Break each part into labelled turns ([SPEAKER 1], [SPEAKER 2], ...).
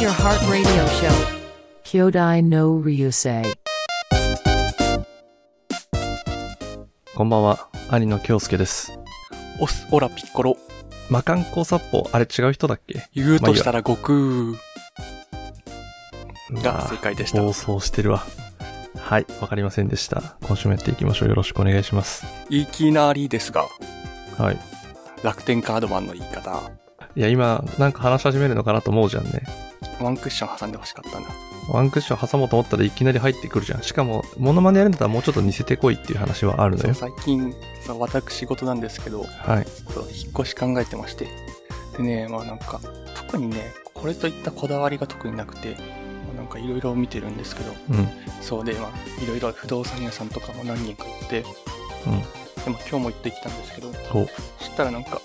[SPEAKER 1] your heart radio show.
[SPEAKER 2] Kyodai no Ryusei.
[SPEAKER 3] こんばんは、兄の京介です。
[SPEAKER 4] オス、オラ、ピッコロ。
[SPEAKER 3] 魔漢光殺法、あれ違う人だっけ
[SPEAKER 4] 言うとしたら悟空。が
[SPEAKER 3] うわぁ
[SPEAKER 4] 正解でした
[SPEAKER 3] 暴走してるわ。はい、わかりませんでした。今週もやっていきましょう。よろしくお願いします。
[SPEAKER 4] いきなりですが、
[SPEAKER 3] はい。
[SPEAKER 4] 楽天カードマンの言い方。
[SPEAKER 3] いや、今、なんか話し始めるのかなと思うじゃんね。
[SPEAKER 4] ワンクッション挟んで欲しかったな。
[SPEAKER 3] ワンクッション挟もうと思ったらいきなり入ってくるじゃん。しかも、モノマネやるんだったらもうちょっと似せてこいっていう話はあるの
[SPEAKER 4] そう
[SPEAKER 3] よ。
[SPEAKER 4] 最近、そう私事なんですけど、
[SPEAKER 3] はい。
[SPEAKER 4] そう引っ越し考えてまして。でね、まあなんか、特にね、これといったこだわりが特になくて、まあなんかいろいろ見てるんですけど、
[SPEAKER 3] うん。うん。
[SPEAKER 4] そうで、まあいろいろ不動産屋さんとかも何人か行って、でも今日も行ってきたんですけど、
[SPEAKER 3] お、
[SPEAKER 4] そしたらなんか、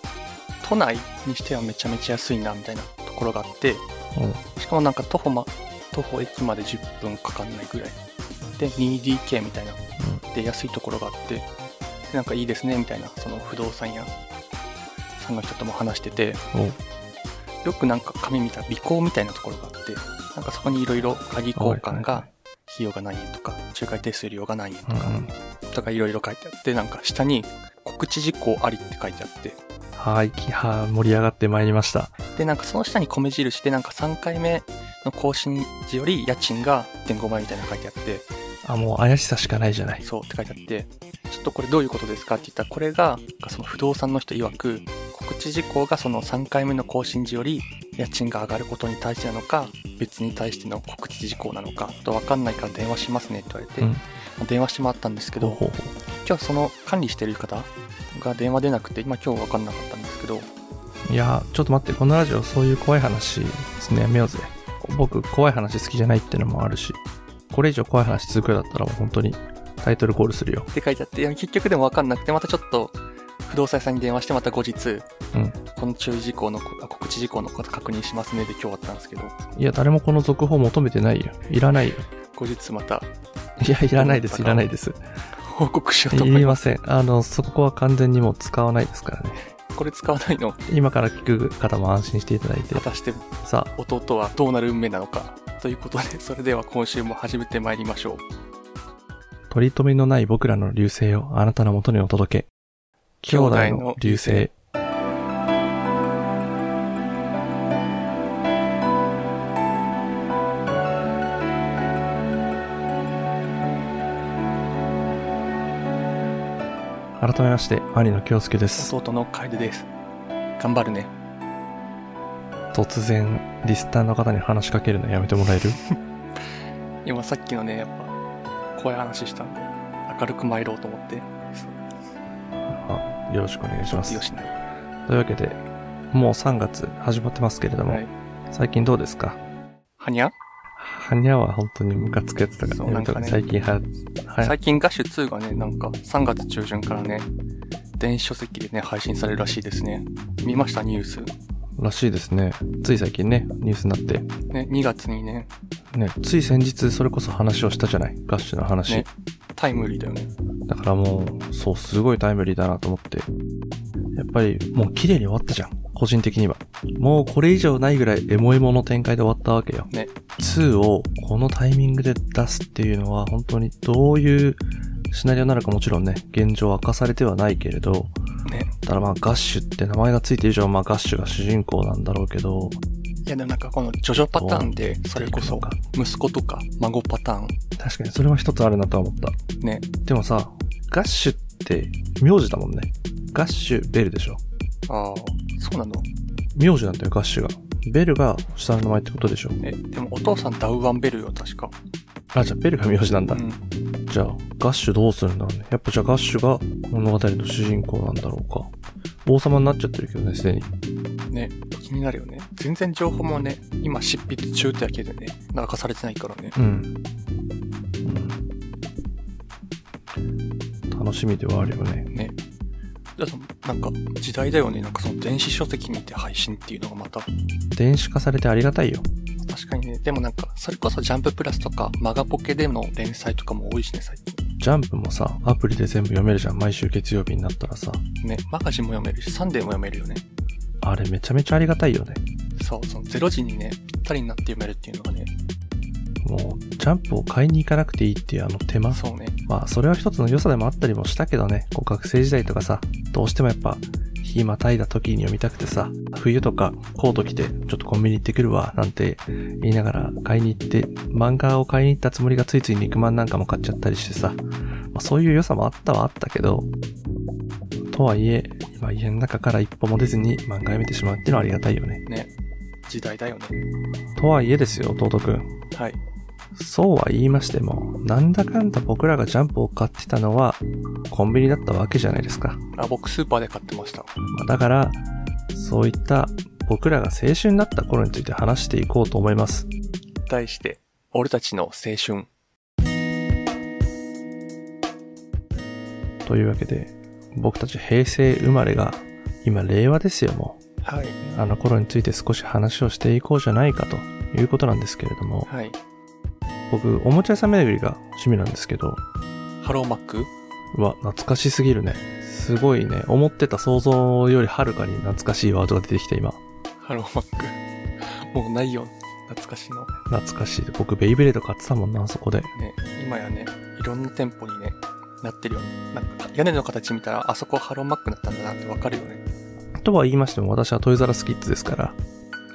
[SPEAKER 4] 都内にしてはめちゃめちゃ安いなみたいなところがあって、
[SPEAKER 3] お、
[SPEAKER 4] しかもなんか徒歩,、ま、徒歩駅まで10分かかんないぐらいで 2DK みたいなで安いところがあってでなんかいいですねみたいなその不動産屋さんの人とも話してて
[SPEAKER 3] お、
[SPEAKER 4] よくなんか紙見たら尾行みたいなところがあってなんかそこにいろいろ鍵交換
[SPEAKER 3] はいはいは
[SPEAKER 4] が費用が何円とか仲介手数料が何円と
[SPEAKER 3] う
[SPEAKER 4] か、
[SPEAKER 3] ん。
[SPEAKER 4] とかいろいろ書いてあってなんか下に告知事項ありって書いてあって
[SPEAKER 3] はい、きはー盛り上がってまいりました。
[SPEAKER 4] でなんかその下に米印でなんか3回目の更新時より家賃が1.5倍みたいなの書いてあって
[SPEAKER 3] あ、もう怪しさしかないじゃない。
[SPEAKER 4] そうって書いてあってちょっとこれどういうことですかって言ったらこれがその不動産の人曰く告知事項がその3回目の更新時より家賃が上がることに対してなのか別に対しての告知事項なのかちょっと分かんないから電話しますねって言われて、
[SPEAKER 3] うん
[SPEAKER 4] 電話してもらったんですけ
[SPEAKER 3] ほう
[SPEAKER 4] ど
[SPEAKER 3] ほうほ
[SPEAKER 4] 今日その管理してる方が電話出なくて今今日分かんなかったんですけど
[SPEAKER 3] ういやー、ちょっと待って、このラジオそういう怖い話ですね。やめようぜ。僕、怖い話好きじゃないってのもあるし、これ以上怖い話続くようだったらもう本当にタイトルコールするよ。
[SPEAKER 4] って書いてあって、いや結局でも分かんなくて、またちょっと不動産屋さんに電話して、また後日、
[SPEAKER 3] うん
[SPEAKER 4] この注意事項のこ、あ告知事項のこと確認しますねで今日終わったんですけど、
[SPEAKER 3] いや、誰もこの続報求めてないよ。いらないよ。
[SPEAKER 4] 後日また
[SPEAKER 3] いや、いらないです、いらないです。
[SPEAKER 4] 報告しようと
[SPEAKER 3] い
[SPEAKER 4] 思い
[SPEAKER 3] り
[SPEAKER 4] ま
[SPEAKER 3] ません。あの、そこは完全にもう使わないですからね。
[SPEAKER 4] す。これ使わないの、
[SPEAKER 3] 今から聞く方も安心していただいて
[SPEAKER 4] 果。たして
[SPEAKER 3] さあ、
[SPEAKER 4] 弟はどうなる運命なのか。ということで、 それでは今週も始めてまいりましょう。
[SPEAKER 3] 取り留めのない僕らの流星をあなたの元にお届け。兄弟の流星。改めまして、兄の京介です。
[SPEAKER 4] 弟の楓です。頑張るね。
[SPEAKER 3] 突然、リスターの方に話しかけるのやめてもらえる
[SPEAKER 4] 今さっきのね、やっぱ、怖い話したんで、明るく参ろうと思って、
[SPEAKER 3] あよろしくお願いします
[SPEAKER 4] よ。しね。
[SPEAKER 3] というわけで、もう3月始まってますけれども、
[SPEAKER 4] はい。
[SPEAKER 3] 最近どうですか
[SPEAKER 4] はにゃ
[SPEAKER 3] はにゃは本当にムカつくやつだから、
[SPEAKER 4] そうなんかね
[SPEAKER 3] 最近は、は
[SPEAKER 4] 最近ガッシュ2がね、なんか3月中旬からね、電子書籍でね、配信されるらしいですね。見ました、ニュース。
[SPEAKER 3] らしいですね。つい最近ね、ニュースになって。
[SPEAKER 4] ね、2月にね、
[SPEAKER 3] ね、つい先日それこそ話をしたじゃないガッシュの話。
[SPEAKER 4] ねタイムリーだよね。
[SPEAKER 3] だからもう、そう、すごいタイムリーだなと思って。やっぱり、もう綺麗に終わったじゃん。個人的には。もうこれ以上ないぐらいエモエモの展開で終わったわけよ。
[SPEAKER 4] ね。
[SPEAKER 3] 2をこのタイミングで出すっていうのは、本当にどういうシナリオなのかもちろんね、現状明かされてはないけれど、
[SPEAKER 4] ね。
[SPEAKER 3] ただまあガッシュって名前がついてる以上、まあガッシュが主人公なんだろうけど、
[SPEAKER 4] いや、でもなんかこのジョジョパターンで、それこそ
[SPEAKER 3] か。
[SPEAKER 4] 息子とか孫パターン。
[SPEAKER 3] 確かにそれは一つあるなとは思った。
[SPEAKER 4] ね。
[SPEAKER 3] でもさ、ガッシュって名字だもんね。ガッシュベルでしょ。
[SPEAKER 4] ああ、そうなの
[SPEAKER 3] 名字なんだよ、ガッシュが。ベルが下の名前ってことでしょ。
[SPEAKER 4] え、でもお父さんダウアンベルよ、確か。
[SPEAKER 3] あ、じゃあベルが名字なん
[SPEAKER 4] う
[SPEAKER 3] だ。
[SPEAKER 4] ん。
[SPEAKER 3] じゃあ、ガッシュどうするんだろうね。やっぱじゃあガッシュが物語の主人公なんだろうか。王様になっちゃってるけどね、すでに。
[SPEAKER 4] ね。気になるよね。全然情報もね、今執筆中ってだけでね、明かされてないからね。
[SPEAKER 3] うん。楽しみではあるよね。
[SPEAKER 4] ね。だからそのなんか時代だよね。なんかその電子書籍にて配信っていうのがまた
[SPEAKER 3] 電子化されてありがたいよ。
[SPEAKER 4] 確かにね。でもなんか、それこそジャンププラスとか、マガポケでの連載とかも多いしね、最近。
[SPEAKER 3] ジャンプもさ、アプリで全部読めるじゃん。毎週月曜日になったらさ。
[SPEAKER 4] ね、マガジンも読めるし、サンデーも読めるよね。
[SPEAKER 3] あれめちゃめちゃありがたいよね。
[SPEAKER 4] そう、その0時にね、ぴったりになって読めるっていうのがね、
[SPEAKER 3] もう、ジャンプを買いに行かなくていいっていうあの手間。
[SPEAKER 4] そうね、
[SPEAKER 3] まあ、それは一つの良さでもあったりもしたけどね、こう学生時代とかさ、どうしてもやっぱ、日またいだ時に読みたくてさ、冬とかコート着て、ちょっとコンビニ行ってくるわ、なんて言いながら買いに行って、漫画を買いに行ったつもりがついつい肉まんなんかも買っちゃったりしてさ、まあ、そういう良さもあったはあったけど、とはいえ、今家の中から一歩も出ずに漫画読めてしまうっていうのはありがたいよね。
[SPEAKER 4] ね、時代だよね。
[SPEAKER 3] とはいえですよ、弟くん。
[SPEAKER 4] はい。
[SPEAKER 3] そうは言いましても、なんだかんだ僕らがジャンプを買ってたのは、コンビニだったわけじゃないですか。
[SPEAKER 4] あ、僕スーパーで買ってました。
[SPEAKER 3] まあだから、そういった僕らが青春だった頃について話していこうと思います。
[SPEAKER 4] 題して、俺たちの青春。
[SPEAKER 3] というわけで、僕たち平成生まれが、今令和ですよ、も
[SPEAKER 4] はい。
[SPEAKER 3] う。あの頃について少し話をしていこうじゃないかということなんですけれども、
[SPEAKER 4] はい。
[SPEAKER 3] 僕、おもちゃ屋さん巡りが趣味なんですけど、
[SPEAKER 4] ハローマック
[SPEAKER 3] うわ、懐かしすぎるね。すごいね、思ってた想像よりはるかに懐かしいワードが出てきた今。
[SPEAKER 4] ハローマック。もうないよ。懐かしの。
[SPEAKER 3] 懐かしい。僕、ベイブレード買ってたもんな、そこで。
[SPEAKER 4] ね、今やね、いろんな店舗にね、なってるよね。なんか屋根の形見たら、あそこハローマックだったんだなってわかるよね。
[SPEAKER 3] とは言いましても、私はトイザラスキッズですから、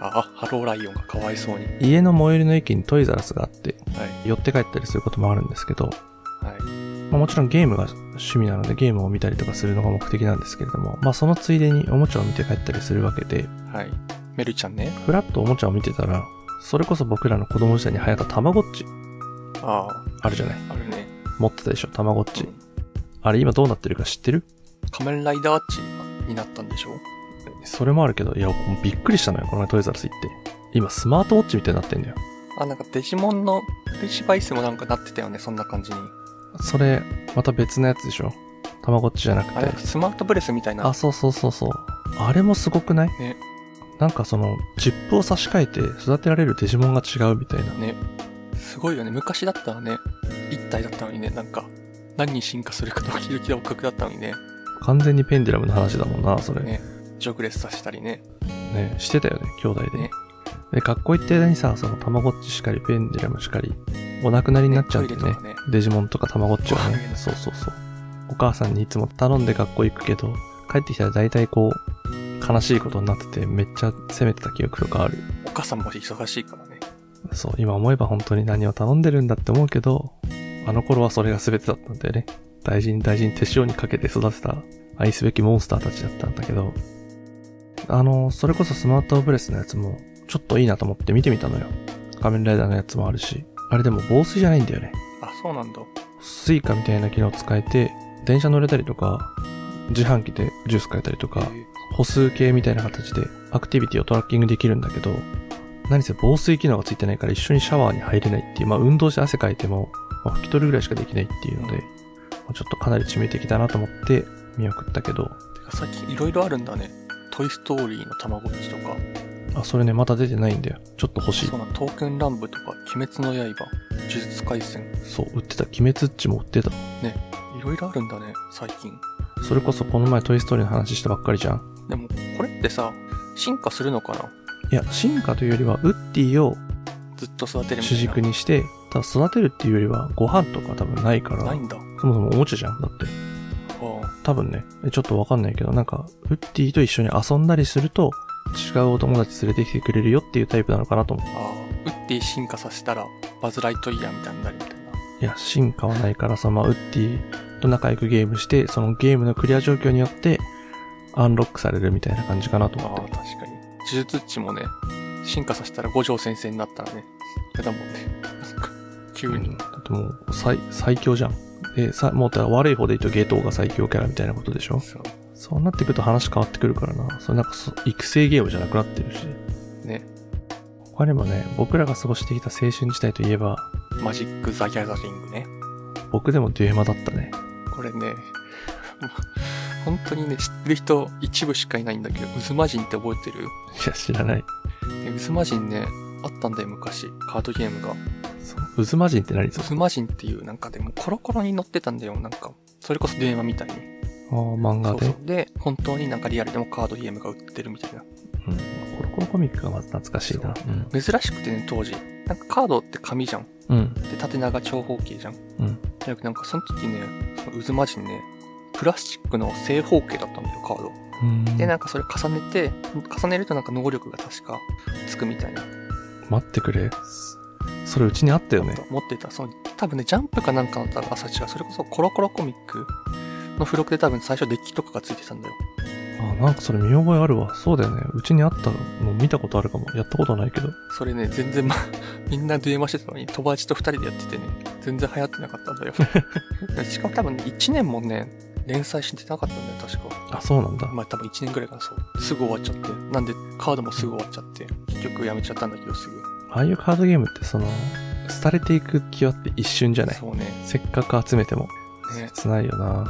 [SPEAKER 4] あ、あハローライオンがかわいそうに。
[SPEAKER 3] 家の最寄りの駅にトイザラスがあって、
[SPEAKER 4] はい。
[SPEAKER 3] 寄って帰ったりすることもあるんですけど、
[SPEAKER 4] はい。
[SPEAKER 3] まあ、もちろんゲームが趣味なのでゲームを見たりとかするのが目的なんですけれども、まあそのついでにおもちゃを見て帰ったりするわけで、
[SPEAKER 4] はい。メルちゃんね。
[SPEAKER 3] ふらっとおもちゃを見てたら、それこそ僕らの子供時代に流行ったたまごっち、
[SPEAKER 4] あ
[SPEAKER 3] あるじゃない。
[SPEAKER 4] あ、あるね。
[SPEAKER 3] 持ってたでしょ、たまごっ
[SPEAKER 4] う
[SPEAKER 3] ち
[SPEAKER 4] ん。
[SPEAKER 3] あれ今どうなってるか知ってる
[SPEAKER 4] 仮面ライダーっちになったんでしょ
[SPEAKER 3] それもあるけど、いや、もうびっくりしたのよ、この前トイザラス行って。今スマートウォッチみたいになってんだよ。
[SPEAKER 4] あ、なんかデジモンのデジバイスもなんかなってたよね。そんな感じに。
[SPEAKER 3] それ、また別のやつでしょたまごっちじゃなく
[SPEAKER 4] あ
[SPEAKER 3] て
[SPEAKER 4] れ。、スマートブレスみたいな。
[SPEAKER 3] あ、そうそうそうそう。あれもすごくない
[SPEAKER 4] ね
[SPEAKER 3] なんかその、チップを差し替えて育てられるデジモンが違うみたいな。
[SPEAKER 4] ねすごいよね昔だったらね1体だったのにねなんか何に進化するかドキドキで追っかけだったのにね
[SPEAKER 3] 完全にペンデュラムの話だもんな、それ。ね
[SPEAKER 4] ねジョグレスさせたりね
[SPEAKER 3] してたよね、兄弟で。
[SPEAKER 4] ね
[SPEAKER 3] で、学校行ってる間にさ、その、たまごっちしかり、ペンデュラムしかり、お亡くなりになっちゃうんだよね。
[SPEAKER 4] ねトイレとか
[SPEAKER 3] デジモンとかたまごっちが
[SPEAKER 4] ご
[SPEAKER 3] ね
[SPEAKER 4] 飯。
[SPEAKER 3] そうそうそう。お母さんにいつも頼んで学校行くけど、帰ってきたら大体こう、悲しいことになってて、めっちゃ責めてた記憶とかある。
[SPEAKER 4] お母さんも忙しいからね
[SPEAKER 3] そう、今思えば本当に何を頼んでるんだって思うけど、あの頃はそれが全てだったんだよね。大事に大事に手塩にかけて育てた、愛すべきモンスターたちだったんだけど、あの、それこそスマートブレスのやつも、ちょっといいなと思って見てみたのよ。仮面ライダーのやつもあるし、あれでも防水じゃないんだよね。
[SPEAKER 4] あそうなんだ
[SPEAKER 3] スイカみたいな機能使えて、電車乗れたりとか、自販機でジュース買えたりとか、歩数計みたいな形でアクティビティをトラッキングできるんだけど、何せ防水機能がついてないから一緒にシャワーに入れないっていう、まあ運動して汗かいても、まあ、拭き取るぐらいしかできないっていうので、まあちょっとかなり致命的だなと思って見送ったけど、
[SPEAKER 4] てか最近いろいろあるんだねトイ・ストーリーのたまごっちとか
[SPEAKER 3] あ、それね、また出てないんだよ。ちょっと欲しい
[SPEAKER 4] そ。うなん刀剣乱舞とか鬼滅の刃呪術廻戦
[SPEAKER 3] そう、売ってた。鬼滅っちも売ってた。
[SPEAKER 4] いろいろあるんだね最近
[SPEAKER 3] それこそこの前トイストーリーの話したばっかりじゃん。
[SPEAKER 4] でもこれってさ進化するのかない
[SPEAKER 3] や、進化というよりは、ウッディを
[SPEAKER 4] ずっと育てるみた
[SPEAKER 3] 主
[SPEAKER 4] いな
[SPEAKER 3] 軸にして、ただ育てるっていうよりは、ご飯とか多分ないから、
[SPEAKER 4] ないんだあ
[SPEAKER 3] そもそもおもちゃじゃん。だって。
[SPEAKER 4] あ
[SPEAKER 3] 多分ね、ちょっとわかんないけど、なんか、ウッディと一緒に遊んだりすると、違うお友達連れてきてくれるよっていうタイプなのかなと思
[SPEAKER 4] ああウッディ進化させたらバズ・ライトイヤーみたいになるみたいな
[SPEAKER 3] う。いや、進化はないから、そのままウッディと仲良くゲームして、そのゲームのクリア状況によって、アンロックされるみたいな感じかなと
[SPEAKER 4] ああ
[SPEAKER 3] 思っ
[SPEAKER 4] 確かに呪術値もね進化させたら五条先生になったらねやだもんねなんか急
[SPEAKER 3] て。う
[SPEAKER 4] に、
[SPEAKER 3] ん。だってもう、最、最強じゃん。で、さ、もうだから悪い方で言うとゲートが最強キャラみたいなことでしょ
[SPEAKER 4] そう
[SPEAKER 3] そうなってくると話変わってくるからな。それなんかそ、育成ゲームじゃなくなってるし。
[SPEAKER 4] ね
[SPEAKER 3] 他にもね、僕らが過ごしてきた青春時代といえば、
[SPEAKER 4] マジック・ザ・ギャザリングね
[SPEAKER 3] 僕でもデュエマだったね。
[SPEAKER 4] これね本当にね知ってる人一部しかいないんだけどウズマジンって覚えて
[SPEAKER 3] い
[SPEAKER 4] る
[SPEAKER 3] や、知らない。
[SPEAKER 4] でウズマジンねあったんだよ昔カードゲームが
[SPEAKER 3] そう渦魔人って何
[SPEAKER 4] ウズマジンっていうなんかでもコロコロに載ってたんだよなんかそれこそ電話みたいに
[SPEAKER 3] ああ、漫画
[SPEAKER 4] そう
[SPEAKER 3] で。
[SPEAKER 4] そうで本当になんかリアルでもカードゲームが売ってるみたいな
[SPEAKER 3] うん。コロコロコミックがまず懐かしいな。
[SPEAKER 4] 珍しくてね当時なんかカードって紙じゃん
[SPEAKER 3] うん。うん。
[SPEAKER 4] で縦長長方形じゃん
[SPEAKER 3] うん。
[SPEAKER 4] じゃなくてなんかその時ねその渦まじにねプラスチックの正方形だったんだよカード
[SPEAKER 3] うん
[SPEAKER 4] でなんかそれ重ねて重ねるとなんか能力が確かつくみたいな
[SPEAKER 3] 待ってくれ。それうちにあったよね。
[SPEAKER 4] 持ってたその多分ねジャンプかなんかの多分朝違うそれこそコロコロコミックの付録で多分最初デッキとかがついてたんだよ
[SPEAKER 3] あ、なんかそれ見覚えあるわ。そうだよね。うちにあったの見たことあるかも。やったことないけど。
[SPEAKER 4] それね全然ま みんな電話してたのに友達と2人でやっててね全然流行ってなかった んだよでしかも多分1年もね連載してなかったんだよ確か
[SPEAKER 3] あ、そうなんだ。
[SPEAKER 4] まあ多分1年ぐらいからそうすぐ終わっちゃってなんでカードもすぐ終わっちゃって結局やめちゃったんだけどすぐ
[SPEAKER 3] ああいうカードゲームってその、廃れていく気はって一瞬じゃない。
[SPEAKER 4] そうね
[SPEAKER 3] せっかく集めても。
[SPEAKER 4] ね
[SPEAKER 3] 切ないよな。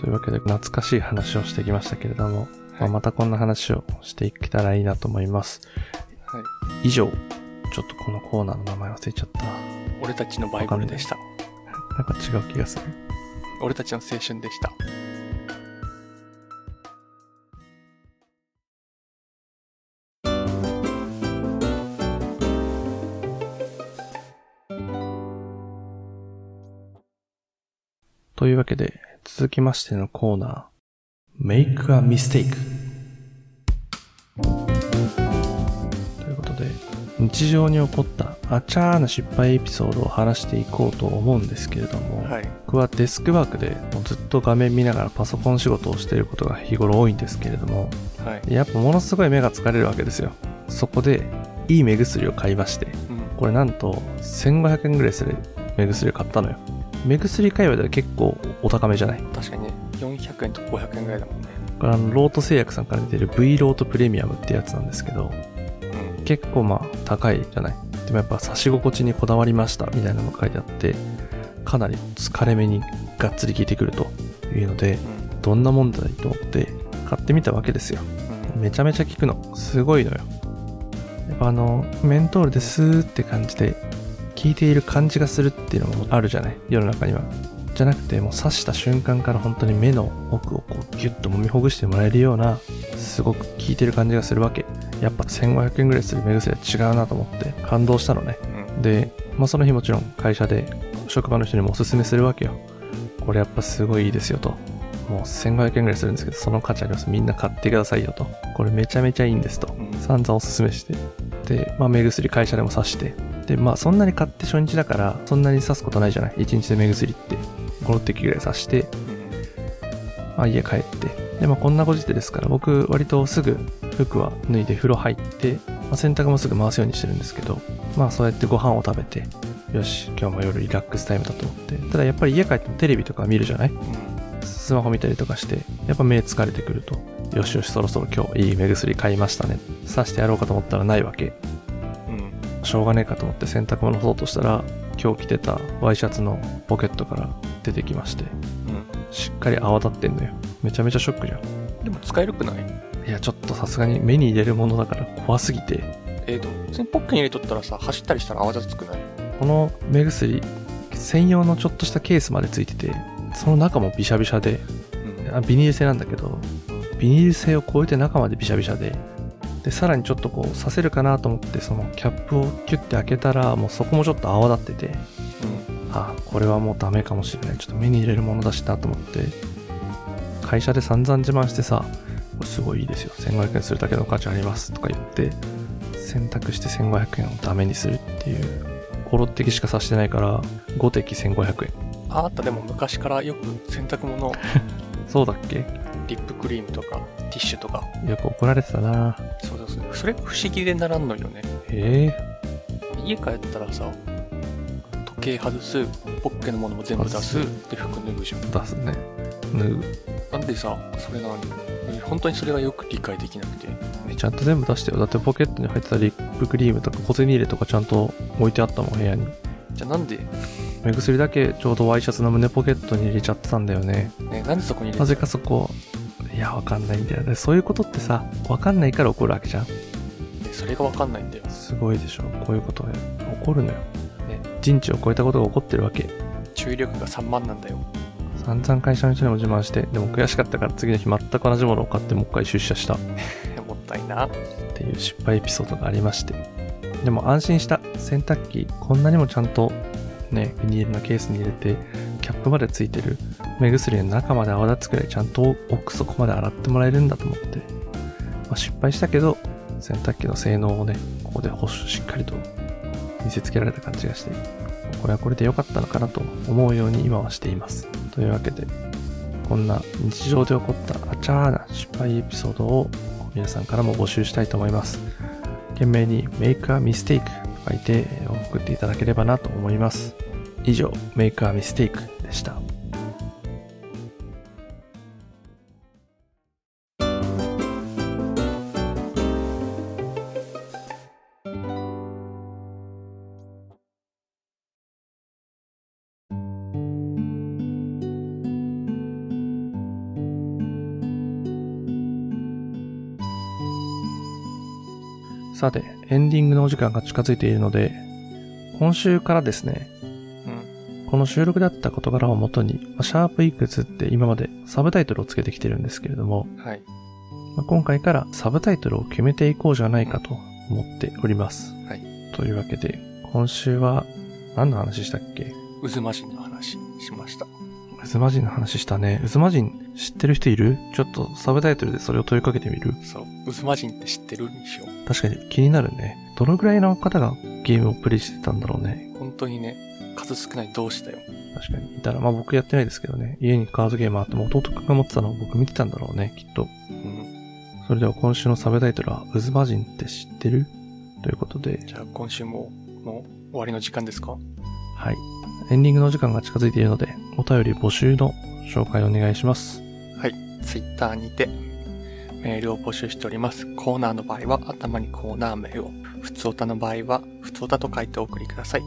[SPEAKER 3] というわけで、懐かしい話をしてきましたけれども、まあまたこんな話をしていけたらいいなと思います。
[SPEAKER 4] はい
[SPEAKER 3] 以上、ちょっとこのコーナーの名前忘れちゃった。な
[SPEAKER 4] 俺たちのバイブルでした
[SPEAKER 3] んか違う気がする。
[SPEAKER 4] 俺たちの青春でした
[SPEAKER 3] というわけで、続きましてのコーナー、Make a Mistake。ということで、日常に起こったあちゃーな失敗エピソードを話していこうと思うんですけれども、
[SPEAKER 4] はい
[SPEAKER 3] 僕はデスクワークでもうずっと画面見ながらパソコン仕事をしていることが日頃多いんですけれども
[SPEAKER 4] はい
[SPEAKER 3] やっぱものすごい目が疲れるわけですよそこでいい目薬を買いまして
[SPEAKER 4] うん
[SPEAKER 3] これなんと1500円ぐらいする目薬を買ったのよ目薬界隈では結構お高めじゃない
[SPEAKER 4] 確かにね400円と500円ぐらいだもんね
[SPEAKER 3] これあのロート製薬さんから出てる V ロートプレミアムってやつなんですけど
[SPEAKER 4] うん
[SPEAKER 3] 結構まあ高いじゃないでもやっぱ差し心地にこだわりましたみたいなのが書いてあってかなり疲れ目にがっつり効いてくるというので
[SPEAKER 4] うん
[SPEAKER 3] どんなもんだいと思って買ってみたわけですよ
[SPEAKER 4] うん
[SPEAKER 3] めちゃめちゃ効くのすごいのよやっぱあのメントールですーって感じで効いている感じがするっていうのもあるじゃない世の中にはじゃなくてもう刺した瞬間から本当に目の奥をこうギュッと揉みほぐしてもらえるようなすごく効いてる感じがするわけやっぱ1500円ぐらいする目薬は違うなと思って感動したのね
[SPEAKER 4] うん
[SPEAKER 3] で、まあ、その日もちろん会社で職場の人にもおすすめするわけよこれやっぱすごいいいですよともう1500円ぐらいするんですけどその価値ありますみんな買ってくださいよとこれめちゃめちゃいいんですと
[SPEAKER 4] うん
[SPEAKER 3] 散々おすすめしてで、まあ、目薬会社でも刺してでまあそんなに買って初日だからそんなに刺すことないじゃない1日で目薬って5、6滴ぐらい刺して
[SPEAKER 4] うん
[SPEAKER 3] まあ、家帰ってで、まあ、こんなご時世ですから僕割とすぐ服は脱いで風呂入って、まあ、洗濯もすぐ回すようにしてるんですけどまあそうやってご飯を食べてよし今日も夜リラックスタイムだと思ってただやっぱり家帰ってもテレビとか見るじゃない
[SPEAKER 4] うん
[SPEAKER 3] スマホ見たりとかしてやっぱ目疲れてくるとよしよしそろそろ今日いい目薬買いましたね刺してやろうかと思ったらないわけ
[SPEAKER 4] うん
[SPEAKER 3] しょうがねえかと思って洗濯物干そうとしたら今日着てたワイシャツのポケットから出てきまして
[SPEAKER 4] う
[SPEAKER 3] しっかり泡立ってんのよめちゃめちゃショックじゃん
[SPEAKER 4] ん、でも使えるくない
[SPEAKER 3] いや、ちょっとさすがに目に入れるものだから怖すぎて、
[SPEAKER 4] えーと普通にポッケに入れとったらさ走ったりしたら泡立つくない
[SPEAKER 3] この目薬、専用のちょっとしたケースまでついてて、その中もビシャビシャで、
[SPEAKER 4] うん
[SPEAKER 3] あビニール製なんだけど、ビニール製を超えて中までビシャビシャで、で、さらにちょっとこう、させるかなと思って、そのキャップをキュッて開けたら、もうそこもちょっと泡立ってて、あ、これはもうダメかもしれない。ちょっと目に入れるものだしなと思って、会社で散々自慢してさ、これすごいいいですよ。1500円するだけの価値ありますとか言って、選択して1500円をダメにするっていう。5、6滴しかさしてないから、5滴1500円。
[SPEAKER 4] あなたでも昔からよく洗濯物
[SPEAKER 3] そうだっけ
[SPEAKER 4] リップクリームとかティッシュとか
[SPEAKER 3] よく怒られてたな
[SPEAKER 4] そうそうそうそれ不思議でならんのよね
[SPEAKER 3] へ
[SPEAKER 4] 家帰ったらさ時計外すポッケのものも全部出す
[SPEAKER 3] 外
[SPEAKER 4] で服脱ぐじゃん
[SPEAKER 3] え出すね。脱ぐ。
[SPEAKER 4] なんでさそれなのに本当にそれがよく理解できなくて
[SPEAKER 3] えちゃんと全部出してよ。だってポケットに入ってたリップクリームとか小銭入れとかちゃんと置いてあったもん、部屋に。
[SPEAKER 4] じゃあなんで、
[SPEAKER 3] 目薬だけちょうどワイシャツの胸ポケットに入れちゃってたんだよね。
[SPEAKER 4] ね、なんでそこに入
[SPEAKER 3] な
[SPEAKER 4] れた
[SPEAKER 3] ぜかそこいやわかんないんだよねそういうことってさわかんないから怒るわけじゃん
[SPEAKER 4] それがわかんないんだよ
[SPEAKER 3] すごいでしょこういうことは怒るのよ、
[SPEAKER 4] ね
[SPEAKER 3] 人知を超えたことが起こってるわけ
[SPEAKER 4] 注意力が散漫なんだよ
[SPEAKER 3] 散々会社の人にも自慢してでも悔しかったから次の日全く同じものを買ってもう一回出社した
[SPEAKER 4] いやもったいな
[SPEAKER 3] っていう失敗エピソードがありましてでも安心した洗濯機こんなにもちゃんとねビニールのケースに入れてキャップまでついてる目薬の中まで泡立つくらいちゃんと奥底まで洗ってもらえるんだと思って、まあ、失敗したけど洗濯機の性能をねここで保守しっかりと見せつけられた感じがしてこれはこれで良かったのかなと思うように今はしていますというわけでこんな日常で起こったあちゃーな失敗エピソードを皆さんからも募集したいと思います。懸命に Make a Mistake と書いてえー送っていただければなと思います。以上、Make a Mistake でした。さて、エンディングのお時間が近づいているので、今週からですね、
[SPEAKER 4] うん
[SPEAKER 3] この収録だった事柄をもとに、まあシャープいくつって今までサブタイトルをつけてきてるんですけれども、
[SPEAKER 4] はい
[SPEAKER 3] まあ今回からサブタイトルを決めていこうじゃないかと思っております。
[SPEAKER 4] はい
[SPEAKER 3] というわけで、今週は何の話したっけ
[SPEAKER 4] 渦魔人の話しました
[SPEAKER 3] 渦魔人の話したね。渦魔人知ってる人いるちょっとサブタイトルでそれを問いかけてみる
[SPEAKER 4] そう渦魔人って知ってるにしよ
[SPEAKER 3] 確かに気になるね。どのぐらいの方がゲームをプレイしてたんだろうね。
[SPEAKER 4] う本当にね数少ない同志だよ
[SPEAKER 3] 確かに。いたら、まあ僕やってないですけどね。家にカードゲームあっても弟くんが持ってたのを僕見てたんだろうね、きっと。
[SPEAKER 4] うん
[SPEAKER 3] それでは今週のサブタイトルは、渦魔人って知ってるということで、
[SPEAKER 4] じゃあ今週ももう終わりの時間ですか
[SPEAKER 3] はい。エンディングのお時間が近づいているので、お便り募集の紹介お願いします。
[SPEAKER 4] ツイッターにてメールを募集しております。コーナーの場合は頭にコーナー名を、ふつおたの場合はふつおたと書いてお送りください。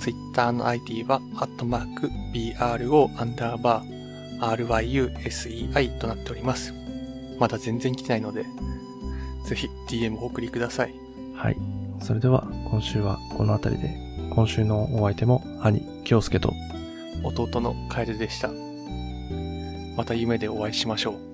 [SPEAKER 4] ツイッターの ID は、アットマーク、BRO アンダーバー、RYUSEI となっております。まだ全然来てないので、ぜひ DM をお送りください。
[SPEAKER 3] はい。それでは、今週はこの辺りで、今週のお相手も、兄、京介と、
[SPEAKER 4] 弟のカエルでした。また夢でお会いしましょう。